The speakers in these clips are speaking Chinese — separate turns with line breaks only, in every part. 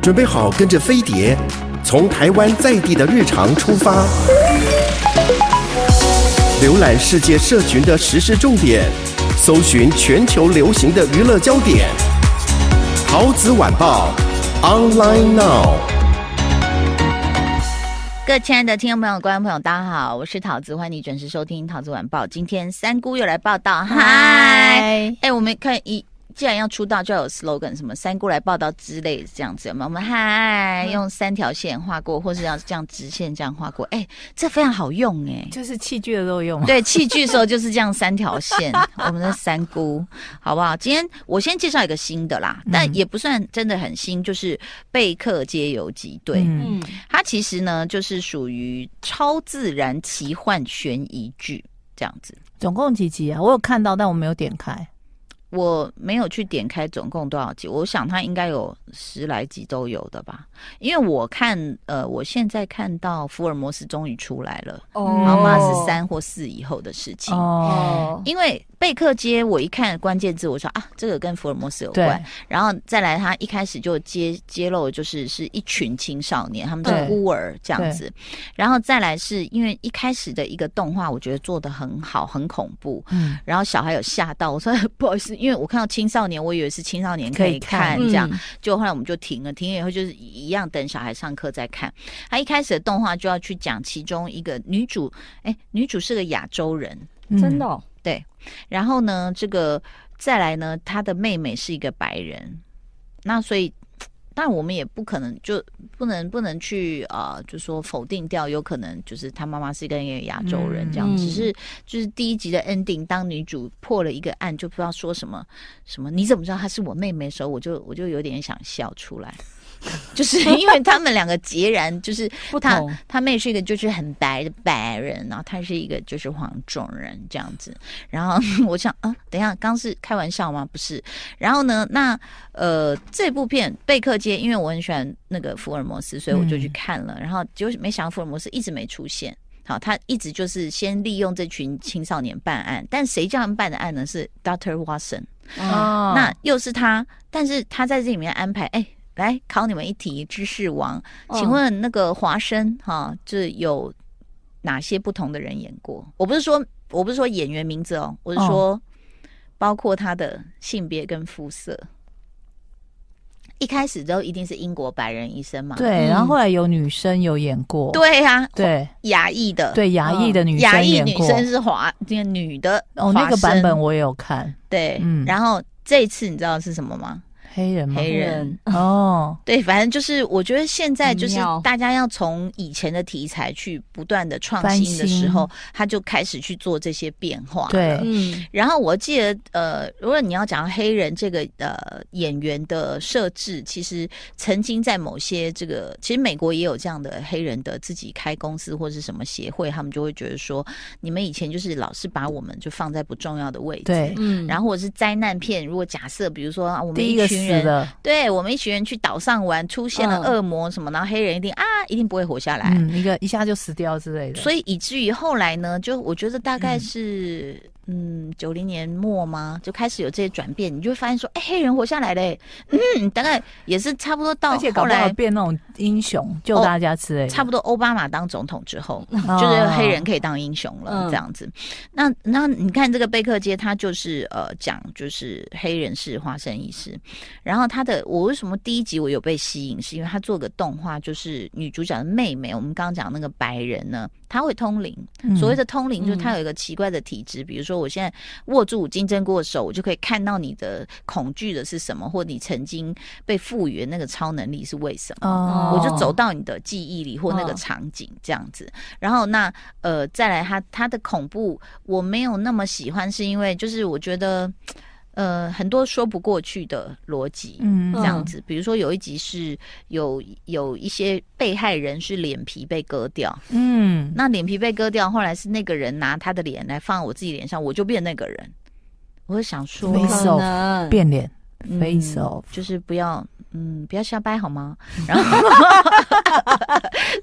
准备好跟着飞碟，从台湾在地的日常出发，浏览世界社群的时事重点，搜寻全球流行的娱乐焦点。桃子晚报，online now。
各位亲爱的听众朋友、观众朋友，大家好，我是桃子，欢迎你准时收听《桃子晚报》。今天三姑又来报道，嗨！
嗨，
哎，我们看一，既然要出道，就要有 slogan，什么“三姑来报道”之类，这样子有没有？我们嗨，用三条线画过，或是要这样直线这样画过，哎，这非常好用哎、
就是器具的都用。
对，器具的时候就是这样三条线，我们的三姑，好不好？今天我先介绍一个新的啦，但也不算真的很新，就是贝克街游击队。
嗯，
嗯，
它其实呢，就是属于超自然奇幻悬疑剧这样子。
总共几集啊？我有看到，但我没有点开。
我没有去点开总共多少集，我想它应该有十来集都有的吧，因为我看呃，我现在看到福尔摩斯终于出来了，
嗯
好
哦，
吗？是三或四以后的事情。
哦，
哦，
因为贝克街，我一看关键字，我说啊，这个跟福尔摩斯有
对
关。，然后再来，他一开始就揭揭露，就是是一群青少年，他们是
对
孤儿这样子。然后再来是因为一开始的一个动画，我觉得做的很好，很恐怖。
嗯，
然后小孩有吓到，我说 不好意思，因为我看到青少年，我以为是青少年可以
可以看
看嗯这样，就后来我们就停了，停了以后就是一样等小孩上课再看。他一开始的动画就要去讲其中一个女主，哎，女主是个亚洲人，
嗯
真的，哦，
然后呢，这个再来呢，他的妹妹是一个白人，那所以，但我们也不可能就不能不能去啊、呃就说否定掉，有可能就是他妈妈是一个亚洲人这样，
嗯
只是就是第一集的 ending，当女主破了一个案，就不知道说什么什么，你怎么知道她是我妹妹的时候，我就我就有点想笑出来。 就是因为他们两个截然就是
嗯
不
他
同，
他妹是一个就是很白的白人，然后他是一个就是黄种人这样子。然后我想啊，等一下，刚是开玩笑吗？不是。然后呢，那呃，这部片《贝克街》，因为我很喜欢那个福尔摩斯，所以我就去看了。然后就是没想到福尔摩斯一直没出现。好，他一直就是先利用这群青少年办案，但谁叫他们办的案呢？是 Doctor Watson。
哦，
哦
嗯那又是他，但是他在这里面安排，哎、来考你们一题，知识王，
嗯
请问那个华生哈，就是有哪些不同的人演过？我不是说我不是说演员名字哦，我是说
嗯
包括他的性别跟肤色。一开始都一定是英国白人医生嘛？
对，
嗯
然后后来有女生有演过，
对呀、
对
亚裔的
对，亚裔的女
亚
生
裔
演
女
过。
生是华那个女的
哦，那个
华
版
生
本我也有看，
对，
嗯
然后这一次你知道是什么吗？
黑人吗？
黑人
人。
哦，
对，反正就是我觉得现在就是
很妙
大家要从以前的题材去不断的创
翻
新的时
新
候，他就开始去做这些变化。
对
嗯，
然后我记得，呃，如果你要讲黑人这个呃演员的设置，其实曾经在某些这个，其实美国也有这样的黑人的自己开公司或是什么协会，他们就会觉得说，你们以前就是老是把我们就放在不重要的位置。
对，
嗯，
然后或者是灾难片，如果假设比如说啊，我们
第一
一
个
群
死
人
的，
对我们一群人去岛上玩，出现了
嗯
恶魔什么，然后黑人一定啊，一定不会活下来。
嗯，一个一下就死掉之类的。
所
以
以以至于后来呢，就我觉得大概是嗯九零、年末吗，就开始有这些转变，你就会发现说，哎、黑人活下来嘞、嗯，大概也是差不多到
而且搞
哦后
不好
来，
变那种英雄救
哦
大家之类的，
差不多奥巴马当总统之后，
多
就是黑人可以当英雄了，
嗯
这样子。那那你看这个贝克街，他就是呃讲就是黑人是化身医师，然后他的我为什么第一集我有被吸引，是因为他做个动画，就是女主角的妹妹，我们刚刚讲那个白人呢，她会通灵。
嗯
所谓的通灵，就是她有一个奇怪的体质，比如说我现在握住金针菇的手，我就可以看到你的恐惧的是什么，或你曾经被赋予的那个超能力是为什么。
哦，
我就走到你的记忆里或那个
嗯
场景这样子。然后那呃，再来他他的恐怖我没有那么喜欢，是因为就是我觉得呃很多说不过去的逻辑。
嗯
这样子，比如说有一集是有有一些被害人是脸皮被割掉，
嗯，
那脸皮被割掉，后来是那个人拿他的脸来放我自己脸上，我就变那个人。我会想说，
没
不可能
变脸
嗯
face off
就是不要嗯，不要瞎掰好 吗？然后，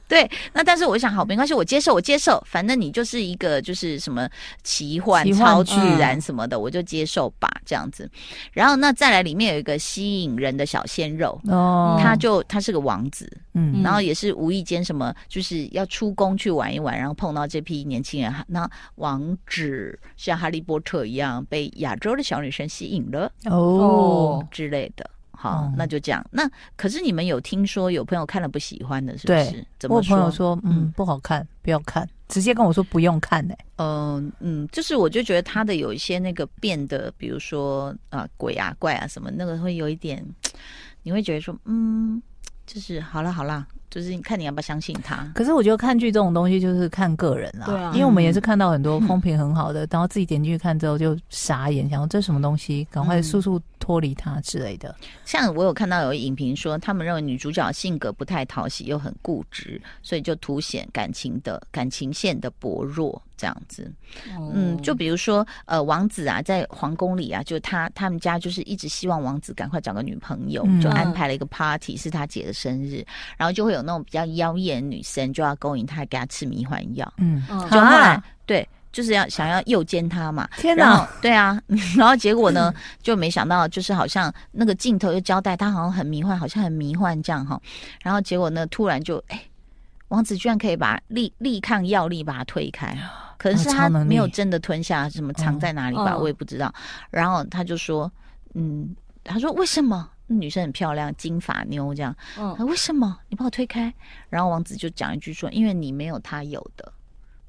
对，那但是我想好没关系，我接受，我接受，反正你就是一个就是什么奇幻、
奇幻
超
剧
自然什么的，我就接受吧，这样子。然后那再来里面有一个吸引人的小鲜肉，
哦，
他就他是个王子，
嗯
然后也是无意间什么，就是要出宫去玩一玩，然后碰到这批年轻人，哈那王子像哈利波特一样被亚洲的小女生吸引了
哦，
之类的。好，
哦
那就这样。那可是你们有听说有朋友看了不喜欢的，是不是
对？
怎么
我朋友
说？
说，嗯
嗯，
不好看，不要看，直接跟我说不用看欸呢。
嗯嗯，就是我就觉得他的有一些那个变得，比如说啊、鬼啊怪啊什么，那个会有一点，你会觉得说嗯，就是好了好了，就是你看你要不要相信他。
可是我觉得看剧这种东西就是看个人啦，
对啊
因为我们也是看到很多风评很好的，然后自己点进去看之后就傻眼，想说这什么东西，赶快
嗯
速速脱离它之类的。
像我有看到有影评说，他们认为女主角性格不太讨喜，又很固执，所以就凸显感情的感情线的薄弱这样子。
哦
嗯，
哦
就比如说呃，王子啊，在皇宫里啊，就他他们家就是一直希望王子赶快找个女朋友，
嗯
就安排了一个 party，是他姐的生日，然后就会有那种比较妖艳的女生就要勾引他，给他吃迷幻药，
嗯，
嗯
就后来
啊
对。就是要想要诱奸他嘛，
天
然
哪嗯
后，对啊， 然后结果呢，就没想到就是好像那个镜头又交代他好像很迷幻，好像很迷幻这样哈。然后结果呢，突然就哎，王子居然可以把力力抗药力把它推开，可能是
啊超
他
能力哦
没有真的吞下，什么藏在哪里吧，
嗯
我也不知道。然后他就说，嗯，他说为什么？女生很漂亮，金发妞这样。
哦
嗯
啊，为什么你把我推开？然后王子就讲一句说，因为你没有他有的。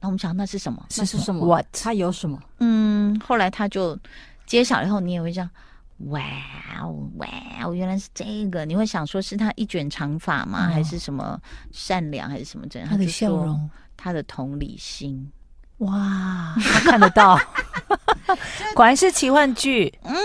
然后我们想那是什么？
那是什么
What？
他有什么？
嗯，后来他就揭晓以后，你也会这样，哇哦哇哦，原来是这个，你会想说是他一卷长发吗？
嗯
还是什么善良，还是什么这样？
他的
就说
笑，容，
他的同理心，
哇，他看得到，果然是奇幻剧。
嗯，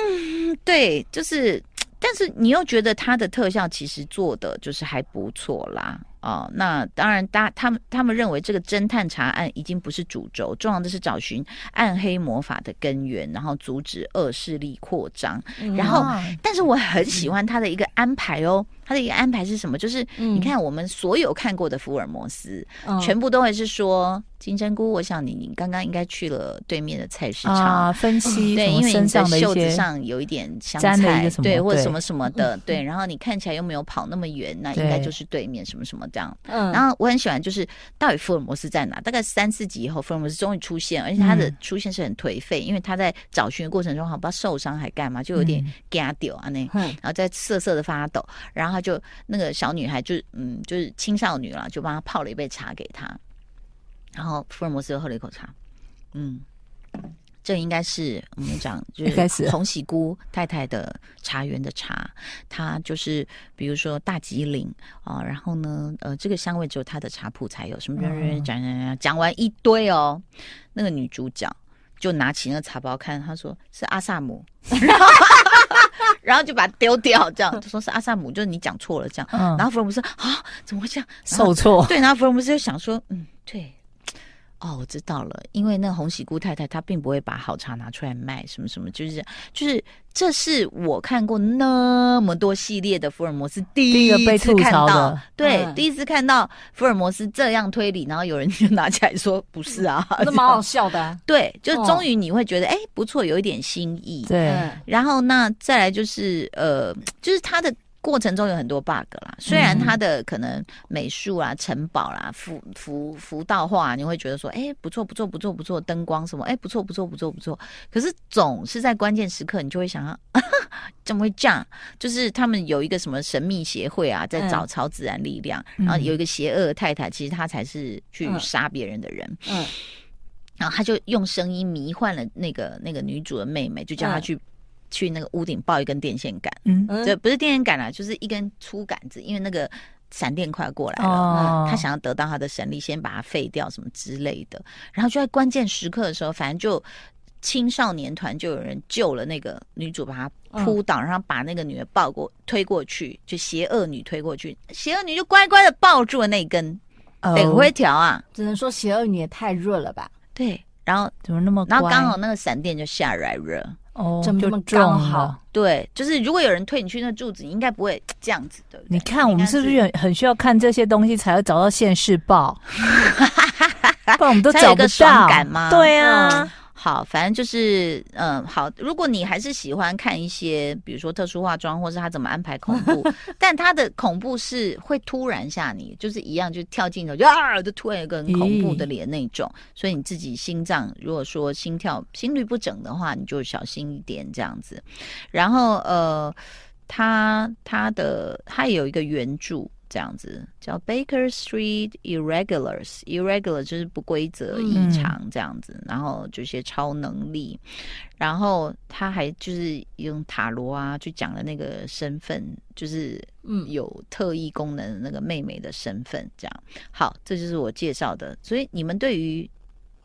对，就是，但是你又觉得他的特效其实做的就是还不错啦。哦，那当然，大他们他们认为这个侦探查案已经不是主轴，重要的是找寻暗黑魔法的根源，然后阻止恶势力扩张。嗯然
哦
后
啊
但是我很喜欢他的一个安排哦，他的一个安排是什么？就是
嗯
你看我们所有看过的福尔摩斯，
哦
嗯
全部都会是说金针菇，我想你你刚刚应该去了对面的菜市场。
啊，分析
对，
什么
因为
身
你
上
的
的一
袖子
些，
上有一点香
沾了一
菜
个什，么
对，或者
对嗯
什么什么的，对。然后你看起来又没有跑那么远，那应该就是对面什么什么这样。
嗯
然后我很喜欢，就是到底福尔摩斯在哪？大概三四集以后，福尔摩斯终于出现，而且他的
嗯
出现是很颓废，因为他在找寻的过程中，好像不知道受伤还干嘛，就有点
嗯
嘎丢啊那。
哼
然后在瑟瑟的发抖，然后他就那个小女孩就嗯就是青少女啦，就帮她泡了一杯茶给她，然后福尔摩斯又喝了一口茶，嗯，这应该是我们讲就
开始
是红喜姑太太的茶园的茶，它就是比如说大吉岭啊、然后呢呃这个香味只有她的茶铺才有，什么什么什么讲讲讲讲完一堆哦，那个女主角就拿起那个茶包看，她说是阿萨姆。然后就把它丢掉，这样就说是阿萨姆，就是你讲错了这样。
嗯
然，后福尔摩斯啊，怎么会这 样？然后
受挫，
对，然后福尔摩斯就想说，嗯，对，哦，我知道了，因为那红喜姑太太她并不会把好茶拿出来卖，什么什么，就是就是，这是我看过那么多系列的福尔摩斯第
第一个被
次
吐
看
槽
到
的，
对，
嗯
第一次看到福尔摩斯这样推理，然后有人就拿起来说不是啊，
嗯
那蛮好笑的啊。
对，就
哦
终于你会觉得，哎，不错，有一点新意，
对，
嗯
然后那再来就是呃，就是它的过程中有很多 bug 啦。虽然它的可能美术啦、城堡啊啦、服服服道画，你会觉得说，哎，不错不错不错不错，灯光什么，哎，不错不错不错不错。可是总是在关键时刻，你就会想要。 怎么会这样？就是他们有一个什么神秘协会啊，在找
嗯
超自然力量，
嗯
然后有一个邪恶的太太，其实她才是去
嗯
杀别人的人。
嗯
然后他就用声音迷幻了那个那个女主的妹妹，就叫她
嗯
去、去那个屋顶抱一根电线杆，
嗯，
嗯
这、不是电线杆啦、就是一根粗杆子，因为那个闪电快要过来了。
哦，
他想要得到他的神力，先把它废掉什么之类的。然后就在关键时刻的时候，反正就青少年团就有人救了那个女主，把她扑倒，然后把那个女的抱过推过去，就邪恶女推过去，邪恶女就乖乖的抱住了那根
哦
等会条啊，
只能说邪恶女也太弱了吧？
对，然后
怎么那么乖，
然后刚好那个闪电就下来了，
哦，
这么
就
刚
中
好
了。
对，就是如果有人推你去那柱子，你应该不会这样子，对不对？
你看，我们是不是
有
很很需要看这些东西，才会找到现世 报？不然我们都
才有
找
一
不
个爽
到。
感吗？嗯
对啊，
好，反正就是，嗯，好。如果你还是喜欢看一些，比如说特殊化妆，或是他怎么安排恐 怖，但他的恐怖是会突然吓你，就是一样，就跳镜头就啊，就突然有个很恐怖的脸那种。所以你自己心脏如果说心跳心律不整的话，你就小心一点这样子。然后呃，他他的他也有一个原著。这样子叫 Baker Street Irregulars，irregular 就是不规则、异
嗯
常这样子，然后这些超能力，然后他还就是用塔罗啊去讲了那个身份，就是
嗯
有特异功能的那个妹妹的身份，这样。好，这就是我介绍的。所以你们对于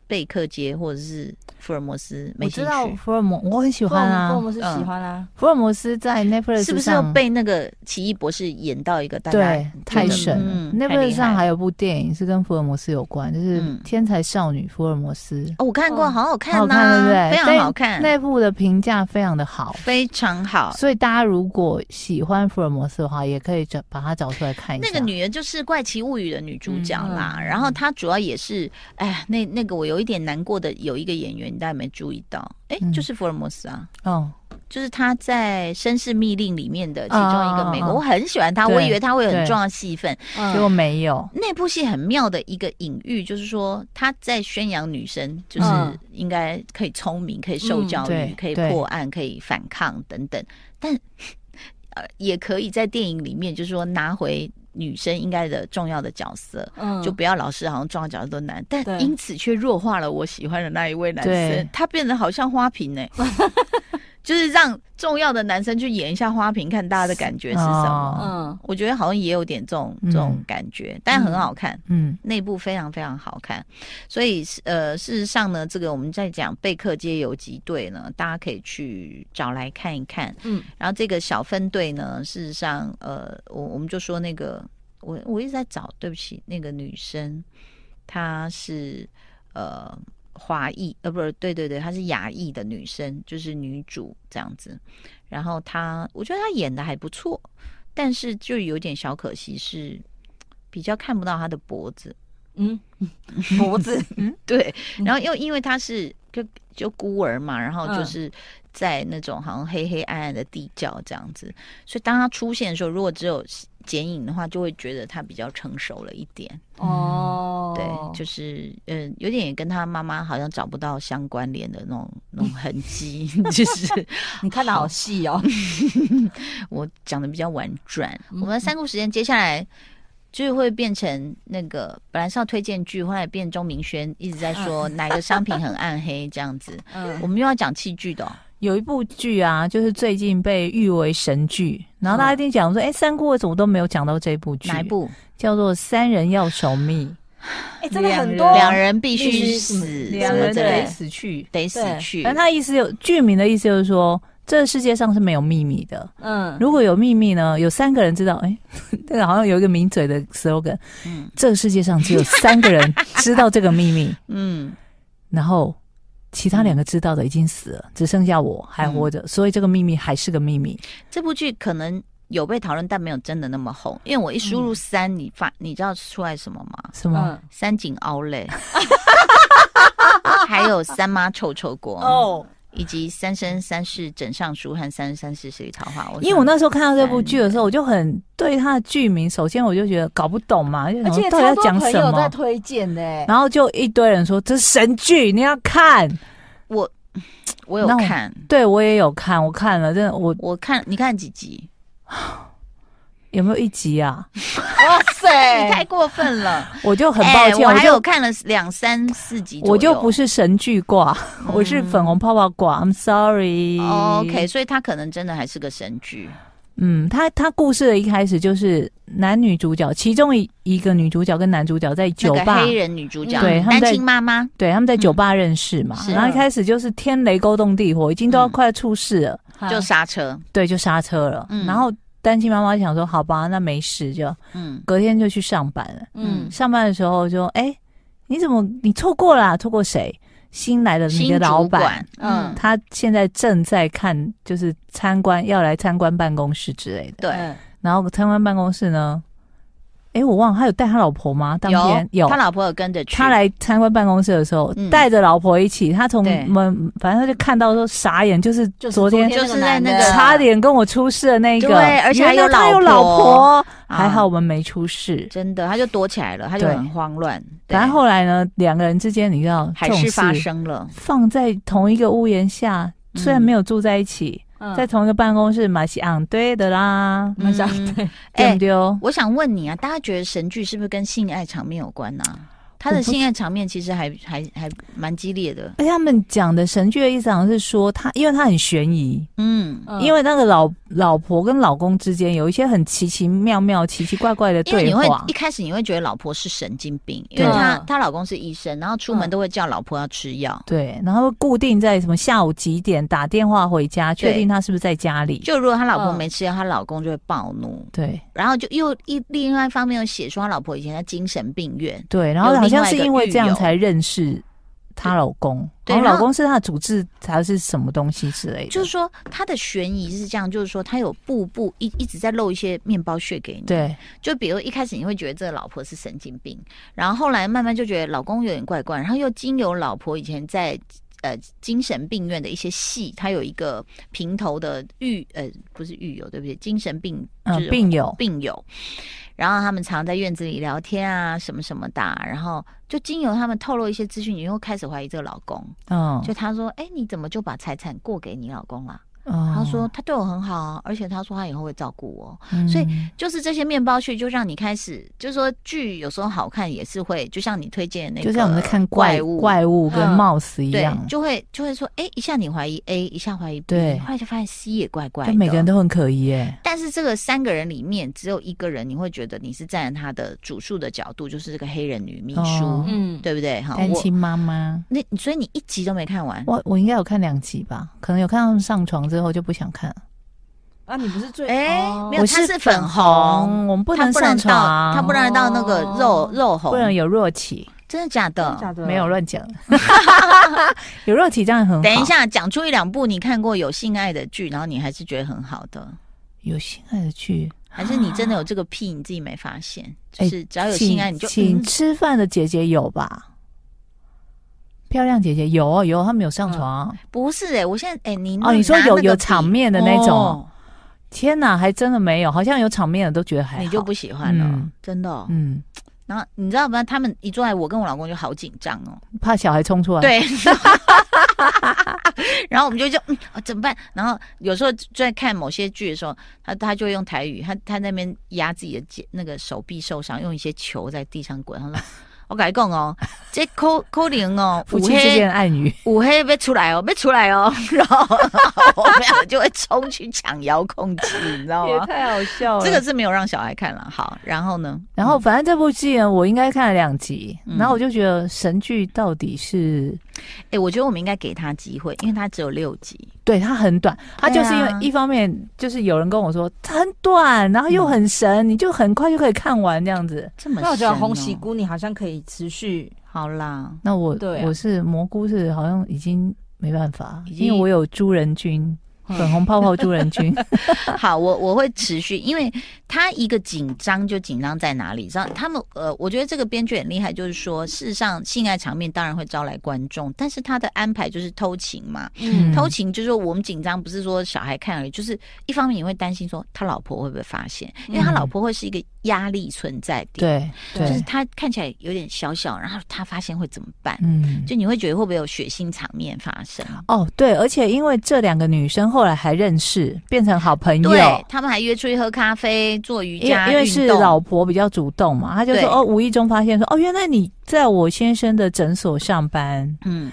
贝克街或者是福尔摩斯没
我
兴
知道
趣，
福尔摩，我很喜
福
欢
尔
啊
摩。斯喜欢啊，
福尔摩斯在 Netflix
是不是又
上
被那个奇异博士演到一个大家
对太神了
嗯太厉害
Netflix 上还有部电影是跟福尔摩斯有关，就是
嗯
《天才少女福尔摩斯》，
哦，我看过，
嗯
好好
好
看呐、
看对不对？
非常好看，
那部的评价非常的好。
嗯非常好。
所以大家如果喜欢福尔摩斯的话，也可以找把它找出来看一下。
那个女人就是《怪奇物语》的女主角啦，
嗯
然后她主要也是，哎，那那个我有一点难过的，有一个演员你大家没注意到，哎，
嗯
就是福尔摩斯啊，
哦，
就是他在《绅士密令》里面的其中一个美国，
啊啊啊
我很喜欢他，
对
我以为他会有很
对
重要的戏份。
嗯
结果没有，
那部戏很妙的一个隐喻，就是说他在宣扬女生，就是
嗯
应该可以聪明，可以受教育，
嗯对
可以
对
破案，可以反抗等等，但 呃也可以在电影里面，就是说拿回女生应该的重要的角色。
嗯
就不要老是好像装角色都男，但
对
因此却弱化了我喜欢的那一位男
对
生，他变得好像花瓶 呢、就是让重要的男生去演一下花瓶，看大家的感觉是什么。
哦
嗯
我觉得好像也有点这种
嗯
这种感觉，但很好看。
嗯，
那部非常非常好看，所以呃，事实上呢，这个我们在讲贝克街游击队呢，大家可以去找来看一看。
嗯
然后这个小分队呢，事实上，呃，我我们就说那个，我我一直在找，对不起，那个女生，她是呃华裔，呃，不是，对对对，她是亚裔的女生，就是女主这样子。然后她，我觉得她演的还不错，但是就有点小可惜是。比较看不到她的脖子，
嗯， 脖子
对，然后又因为她是就就孤儿嘛，然后就
嗯嗯
是在那种好像黑黑暗暗的地窖这样子，所以当她出现的时候，如果只有剪影的话，就会觉得她比较成熟了一点。嗯
哦，
对，就是嗯、有点也跟她妈妈好像找不到相关联的那种那种痕迹， 就是
你看的好 细哦，
我讲的比较婉转。
嗯
我们的三顾时间接下来就会变成那个本来是要推荐剧，后来变钟明轩一直在 说哪个商品很暗黑这样子。我
嗯
们又要讲器具的、哦，
有一部剧啊，就是最近被誉为神剧，然后大家一定讲说，哎、三姑为什么都没有讲到这部剧？
哪一？部？
叫做《三人要守密》，
哎，真的很
哦
多，
两人必须
必须
死，
两
什么
人
之类
对
得
的
死去。
得死
对
去
反正。他意思有剧名的意思就是说，这个世界上是没有秘密的。
嗯，
如果有秘密呢，有三个人知道，哎、 这个好像有一个名嘴的 slogan，
嗯
这个世界上只有三个人知道这个秘密，
嗯，
然后其他两个知道的已经死了，只剩下我还活着，所以这个秘密还是个秘密。
这部剧可能有被讨论，但没有真的那么红。因为我一输
嗯
入三，你发你知道出来什么吗？
什么？
嗯
三井奥 莱，还有三妈臭臭锅
哦，
以及三生三世枕上书和三生三世十里桃花。
因为我
想
那时候看到这部剧的时候，我就很对它的剧名，首先我就觉得搞不懂嘛，就
而
想
且
说到底
超
要
多
讲
朋
什
友在
么，
推荐的，
然后就一堆人说这是神剧，你要看。
我我有
那我
看，
对我也有看，我看了，真的，我
我看你看几集？
有没有一集 啊？
哇塞，
你太过分了！
我就哎很抱
哎，
歉，
我还
就
有看了两三四集左右，嗯
我就不是神剧挂，我是粉红泡泡挂。I'm sorry。
哦 OK，所以他可能真的还是个神剧。
嗯，他他故事的一开始就是男女主角，其中一一个女主角跟男主角在酒
那个
吧，
黑人女主角，
对他们
单
在
亲妈妈，
对，他们在酒吧认识嘛，
嗯是
然后一开始就是天雷勾动地火，已经都要
嗯
快出事了，
啊
就刹车，
对，就刹车了。
嗯
然后单亲妈妈想说，好吧，那没事，就
嗯
隔天就去上班了。
嗯
上班的时候就，哎、你怎么你错过啦、错过谁？新来的你
新
的老
主
板
管，，嗯，
他现在正在看，就是参观要来参观办公室之类
对，
的。
嗯
然后参观办公室呢，诶，我忘了他有带他老婆吗？当天有，
他老婆有跟着去，
他来参观办公室的时候
嗯，
带着老婆一起，他从
对
门，反正他就看到说傻眼，就是
就是
昨天
昨天
个男的
就是在那个
差点跟我出事的那一个，
对而且还有
原来他有
老
老
婆
婆，
啊
还好我们没出事。
真的，他就躲起来了，他就
对
很慌乱。对
然后后来呢，两个人之间你知道
海
这种
事发
事
生了，
放在同一个屋檐下，虽
嗯
然没有住在一起，
嗯
在同一个办公室，马西昂对的啦，
我们讲
嗯
对，
对
哎
不，对？
我想问你啊，大家觉得神剧是不是跟性爱场面有关呢、啊？他
我
的
不
性爱场面其实还还还蛮激烈的，
而且他们讲的神剧的意思好像是说他，因为他很悬疑，
嗯，
嗯
因为那个老老婆跟老公之间有一些很奇奇妙妙、奇奇怪怪的
因为
对
你会
话
一。开始你会觉得老婆是神经病，因为
对嗯
她
嗯
她老公是医生，然后出门都会叫老婆要吃药。
对，然后会固定在什么下午几点打电话回家，确定他是不是在家里。
就如果她老婆
嗯
没吃药，她老公就会暴怒，
对
然后就又一另外一方面又写说她老婆以前在精神病院，
对，然后
有
好
另
像
外一
是
个
因为这
狱
样
友
才认识她老公，
对
然后
然
老
后
公是她的主治还是什么东西之类的。
就是说她的悬疑是这样，就是说她有步步一一直在漏一些面包屑给你，
对
就比如一开始你会觉得这个老婆是神经病，然后后来慢慢就觉得老公有点怪怪，然后又经由老婆以前在呃精神病院的一些戏，她有一个平头的狱呃不是狱友，对不对？精神病
嗯
就是
病友
病友，然后他们常在院子里聊天啊什么什么的啊、然后就经由他们透露一些资讯，你又开始怀疑这个老公，
嗯，
就他说，哎、你怎么就把财产过给你老公了、
他
他说他对我很好啊，而且他说他以后会照顾我。所
所
以就是这些面包屑，就让你开始，就是说剧有时候好看也是会，就像你推荐的那个，
就像我们在看怪
怪物
怪物跟
嗯
mouse 一
对
样，，
就会就会说，哎、一下你怀疑 A，一下怀疑 B，
对
后来就发现 C 也怪怪的。
但每个人，都很可疑耶。
但是这个三个人里面只有一个人，你会觉得你是站在他的主述的角度，就是这个黑人女秘书，
哦
嗯，
对不对？哈，
单
我
亲妈妈，
那所以你一集都没看完，
我我应该有看两集吧，可能有看他们上床之后就不想看了。
啊，你不是最
哎
哦
没有
我
它是粉红
红，我们不
他
能
哦不
上
能
床，
到，他不能到那个肉、
哦
肉红，
不能有弱体，
真的假的？
真假的
没有乱讲， 有弱体这样很好。
等一，下，讲出一两部你看过有性爱的剧，然后你还是觉得很好的，
有性爱的剧，
还是你真的有这个癖，你自己没发现？就
哎
是只要有
请
性爱，你就
请
嗯
吃饭的姐姐有吧？漂亮姐姐有哦有，他们有上床。
不是哎、我现在哎、你
哦你说
拿
有
那个
有
笔
场面的那种
哦
天哪，还真的没有，好像有场面的都觉得还好。
你就不喜欢了，
嗯
真的、哦。
嗯，
然后你知道吗？他们一坐来，我跟我老公就好紧张哦。
怕小孩冲出来。，
对， 然后我们就就嗯、啊怎么办？然后有时候就在看某些剧的时候，他他就会用台语，他他那边压自己的肩那个手臂受伤，用一些球在地上滚。他说：“我跟你讲哦，这扣扣零 哦，
夫
五
妻之间
黑
的暗语。
五黑别出来哦，别出来哦。” 然后我们俩就会冲去抢遥控器，你知道
也
吗？
太好笑了，
这个是没有让小孩看了。好，然后呢？
然后反正这部剧呢，我应该看了两集，
嗯
然后我就觉得神剧到底是
哎、我觉得我们应该给他机会，因为他只有六集。
对它很短，它
对
就
啊
是因为一方面就是有人跟我说它很短，然后
嗯
又很神，你就很快就可以看完这样子。
这么、
那我觉得红喜
菇
姑你好像可以持续
好啦，
那我
对啊
我是蘑菇是好像已经没办法，
已经
因为我有猪人菌。
嗯
粉红泡泡猪 人菌，
好，我我会持续，因为他一个紧张就紧张在哪里？知道他们呃，我觉得这个编剧很厉害，就是说，事实上性爱场面当然会招来观众，但是他的安排就是偷情嘛，
嗯
偷情就是说我们紧张，不是说小孩看而已，就是一方面你会担心说他老婆会不会发现，因为他
嗯
老婆会是一个压力存在点，
对
对
就是
对，
他看起来有点小小，然后他发现会怎么办？
嗯，
就你会觉得会不会有血腥场面发生？
哦对，而且因为这两个女生后来还认识，变成好朋友，
对他们还约出去喝咖啡、做瑜
因
伽、
为因为
运
是
动
老婆比较主动嘛，她就说
对
哦，无意中发现说哦，原来你在我先生的诊所上班，
嗯，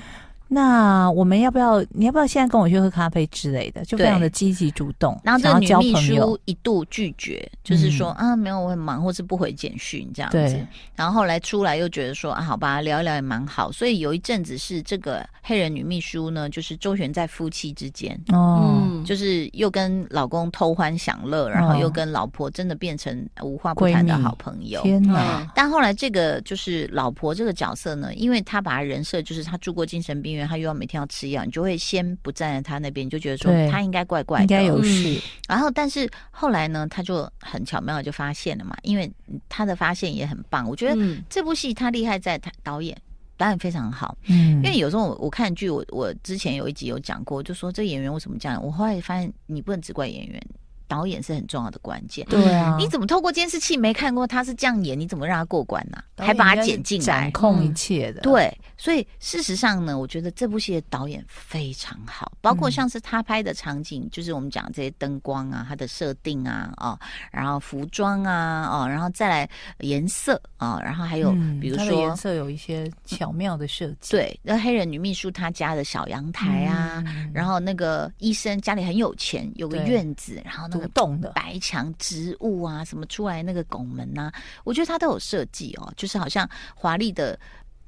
那我们要不要？你要不要现在跟我去喝咖啡之类的？就非常的积极主动，
然后这个
想要
女
交
秘
朋友嗯
书一度拒绝，就是说、啊没有我很忙，或是不回简讯这样子
对。
然后后来出来又觉得说啊好吧聊一聊也蛮好，所以有一阵子是这个黑人女秘书呢，就是周旋在夫妻之间，
哦，
嗯，
就是又跟老公偷欢享乐，然后
哦
又跟老婆真的变成无话不谈的
闺蜜
好朋友。
天哪，
嗯
但后来这个就是老婆这个角色呢，因为她把她人设就是她住过精神病院，她又要每天要吃药，你就会先不站在她那边，你就觉得说
对
她应该怪怪的，
应该有
嗯
事，
然后，但是后来呢，他就很巧妙地就发现了嘛，因为他的发现也很棒。我觉得
嗯
这部戏他厉害在他导演，导演非常好。
嗯，
因为有时候我我看剧，我我之前有一集有讲过，就说这演员为什么这样。我后来发现，你不能只怪演员，导演是很重要的关键。
对啊，
你怎么透过监视器没看过他是这样演，你怎么让他过关呢、
导演
还把他
应该是
剪进来嗯
掌？控一切的，，
对，所以事实上呢，我觉得这部戏的导演非常好，包括
嗯
像是他拍的场景，就是我们讲这些灯光啊，它的设定啊，哦，然后服装啊，哦，然后再来颜色啊、哦，然后还有、
嗯
比如
它的
说嗯
颜。色有一些巧妙的设计，
对，那黑人女秘书她家的小阳台啊，
嗯
然后那个医生家里很有钱，有个
对
院子，然后那
独
个
栋的，
白墙植物啊，什么出来那个拱门呐、我觉得它都有设计哦，就是好像华丽的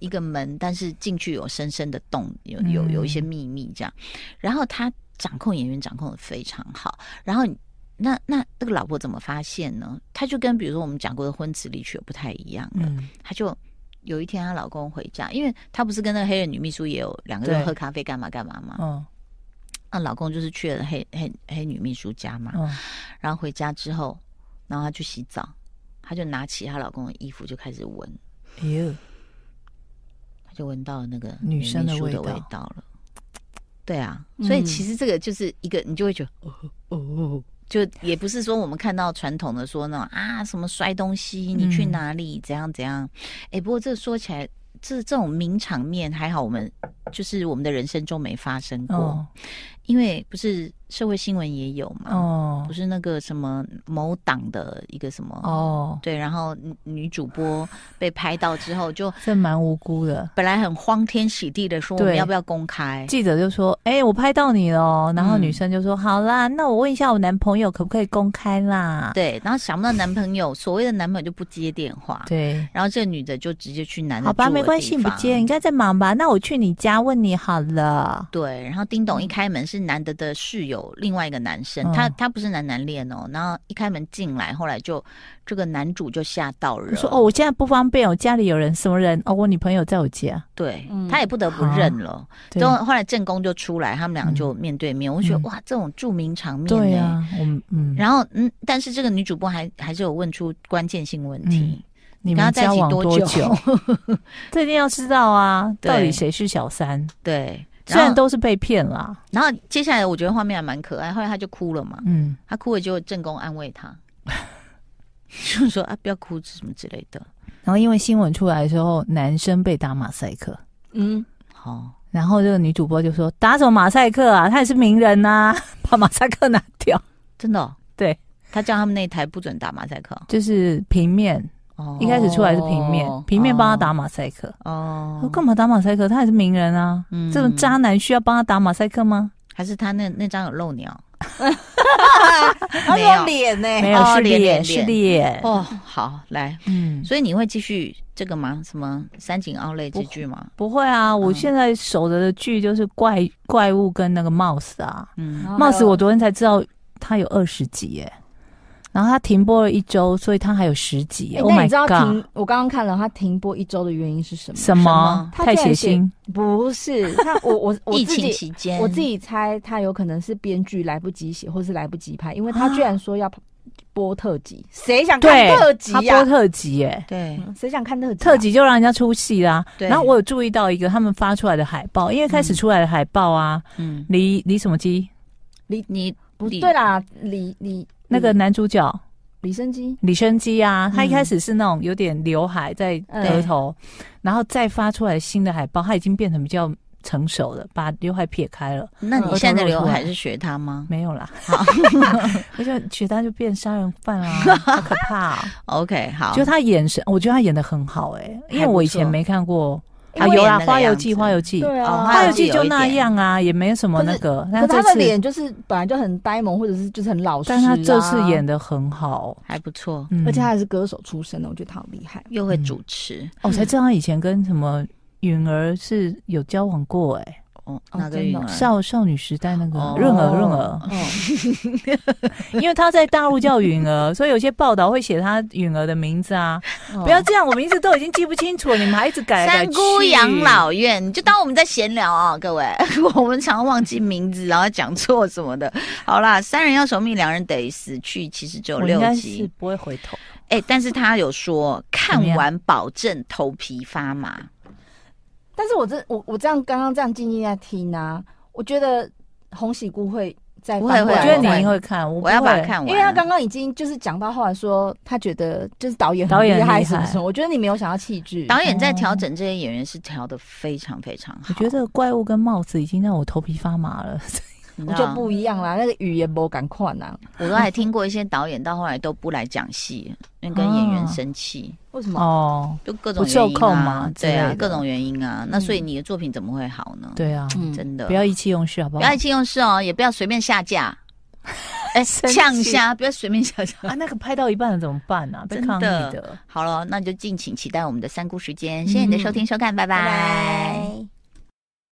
一个门，但是进去有深深的洞，有有
嗯
有一些秘密这样。然后他掌控演员掌控的非常好，然后你。那那那个老婆怎么发现呢？她就跟比如说我们讲过的婚词离曲不太一样了。
嗯，
她就有一天她老公回家，因为她不是跟那个黑人女秘书也有两个人
对
喝咖啡干嘛干嘛嘛。
嗯
那、老公就是去了黑黑黑女秘书家嘛。
嗯，
然后回家之后，然后她去洗澡，她就拿起她老公的衣服就开始闻，
哎呦，
她就闻到了那个
女生
秘
的
书
味
的味
道
道了。对啊，所以其实这个就是一个，你就会觉得哦哦，就也不是说我们看到传统的说那种啊什么摔东西，你去
嗯
哪里、怎样怎样。哎，不过这说起来，这这种名场面还好，我们就是我们的人生中没发生过，
哦
因为不是社会新闻也有嘛，
哦
不是那个什么某党的一个什么
哦，
对，然后女女主播被拍到之后，就
这蛮无辜的。
本来很荒天喜地的说我们
对
要不要公开，
记者就说：“哎、我拍到你了哦。”然后
嗯
女生就说：“好啦，那我问一下我男朋友可不可以公开啦
对，然后想不到男朋友，所谓的男朋友就不接电话？”，
对，
然后这女的就直接去男的
好吧，
住的
没关系，
地
不
方
接，你应该在忙吧？那我去你家问你好了。
对，然后叮咚一开门是男的的室友，另外一个男生，
嗯
他他不是男男恋哦，然后一开门进来，后来就这个男主就吓到
我
了，
说：“哦，我现在不方便，我家里有人，什么人？哦，我女朋友在我家。
对
嗯
他也不得不
啊
认了，
对
就后来正宫就出来，他们俩
嗯
就面对面，我就觉
嗯
得哇，这种著名场面欸
对
呢
啊，我们嗯，
然后嗯，但是这个女主播还还是有问出关键性问
嗯
题，
你
跟她
们
在一
交
起
往
多
多久？ 这一定要知道啊，
对
到底谁是小三？
对，
虽然
然后
都是被骗啦，
然后接下来我觉得画面还蛮可爱，后来她就哭了嘛，
嗯，
她哭了就正宫安慰 她，就说啊不要哭什么之类的，
然后因为新闻出来的时候，男生被打马赛克，
嗯，
好、
然后这个女主播就说：“打什么马赛克啊？他也是名人呐、 把马赛克拿掉。
真的哦、
对
她叫他们那一台不准打马赛克”
就是平面，
哦，
一开始出来是平面，
哦
平面帮他打马赛克。
哦
我，干嘛打马赛克？他也是名人啊！
嗯
这种渣男需要帮他打马赛克吗？
还是他那那张有露 鸟，
他
没有
有脸呢，
没有，
哦
是
脸脸
脸，是脸。
哦，好来，
嗯，
所以你会继续这个吗？什么三井奥莱之剧吗？
不会啊，
嗯
我现在守着的剧就是怪怪物跟那个 Mouse 啊。
嗯，
然后还有
Mouse 我昨天才知道它有二十集耶，然后它停播了一周，所以它还有十集耶。
哎
oh
那
my
你知道
god！
停？我刚刚看了他停播一周的原因是什么？
什
什
么
么？
太血
他居然
腥
写！不是，他我我我
疫
自
情
己
期间，
我自己猜他有可能是编剧来不及写，或是来不及拍，因为他居然说要播特辑，谁想看
对，
特辑
他
呀
播？特辑耶，
对
嗯谁想看特辑啊？
特辑就让人家出戏啦。
对
然后我有注意到一个他们发出来的海报，因为开始出来的海报啊，
嗯，
离离什么基
你
不
理
对啦，李李
那个男主角
李生基，
李生基啊，他一
嗯
开始是那种有点刘海在额头，然后再发出来新的海报，他已经变成比较成熟了，把刘海撇开了，
那你
嗯
现在的
额头露
刘
出来
海是学他吗
没有啦。 我就觉得他就变杀人犯啊，好可怕、啊！
？OK，好，
就他眼神，我觉得他演的很好哎、因为我以前没看过
他
有啦，
演那个
花游
样
记，
子
花游记，
对
哦
啊，
花
花
游
游
记
记
有
就
一
那
点
样啊，也没什么那
可是
个。
可
这
是他的
次，
脸就是本来就很呆萌，或者是就是很老实、啊。
但他这次演，的很好，
还不错，
嗯
而且他还是歌手出身的，我觉得他好 厉害。
又会
嗯
主持。
哦我才知道他以前跟什么允儿是有交往过，哎，
哦，
哦
那个
真
云
的
儿
少少女时代那个
哦
润儿润儿，因为他在大陆叫允儿，所以有些报道会写他允儿的名字啊。
哦
不要这样，我名字都已经记不清楚了，你们还一直改来改
三
去。
姑养老院，你就当我们在闲聊啊、各位。 我们常忘记名字，然后讲错什么的。好啦，三人要守密，两人得死去，其实只有
我应
六
该是
集。
不会回头。
哎、但是他有说看
么样
完保证头皮发麻。
但是我这我我这样刚刚这样静静在听啊，我觉得红喜姑会再
不
翻
会
过
我
会
来
觉
会
得
看
你一定会看，我不
我要把它
会
看完，
因为他刚刚已经就是讲到后来说，他觉得就是导演很
导演
厉
很
害
厉
什么
害
什么，我觉得你没有想要弃剧，
导演在调整这些演员是调的非常非常好，
我觉得怪物跟帽子已经让我头皮发麻了。
你
我
知
就
道
不一样啦，那个语言不敢看呐，
我都还听过一些导演到后来都不来讲戏，因为跟演员
哦
生气，
为什么？
哦，
就各种
不受
原因
控
啊
嘛，
对
之
啊
类，的
各种原因啊。那所以
嗯
你的作品怎么会好呢？
对啊，
嗯
真的
不要意气用事，好不
不
好？
要意气用事哦，也不要随便下架。哎，
生气
呛一下，不要随便下架。
啊，那个拍到一半了怎么办啊？被
真
抗议
的
的。
好了，那你就敬请期待我们的三姑时间。谢谢你的收听收看，拜
拜拜。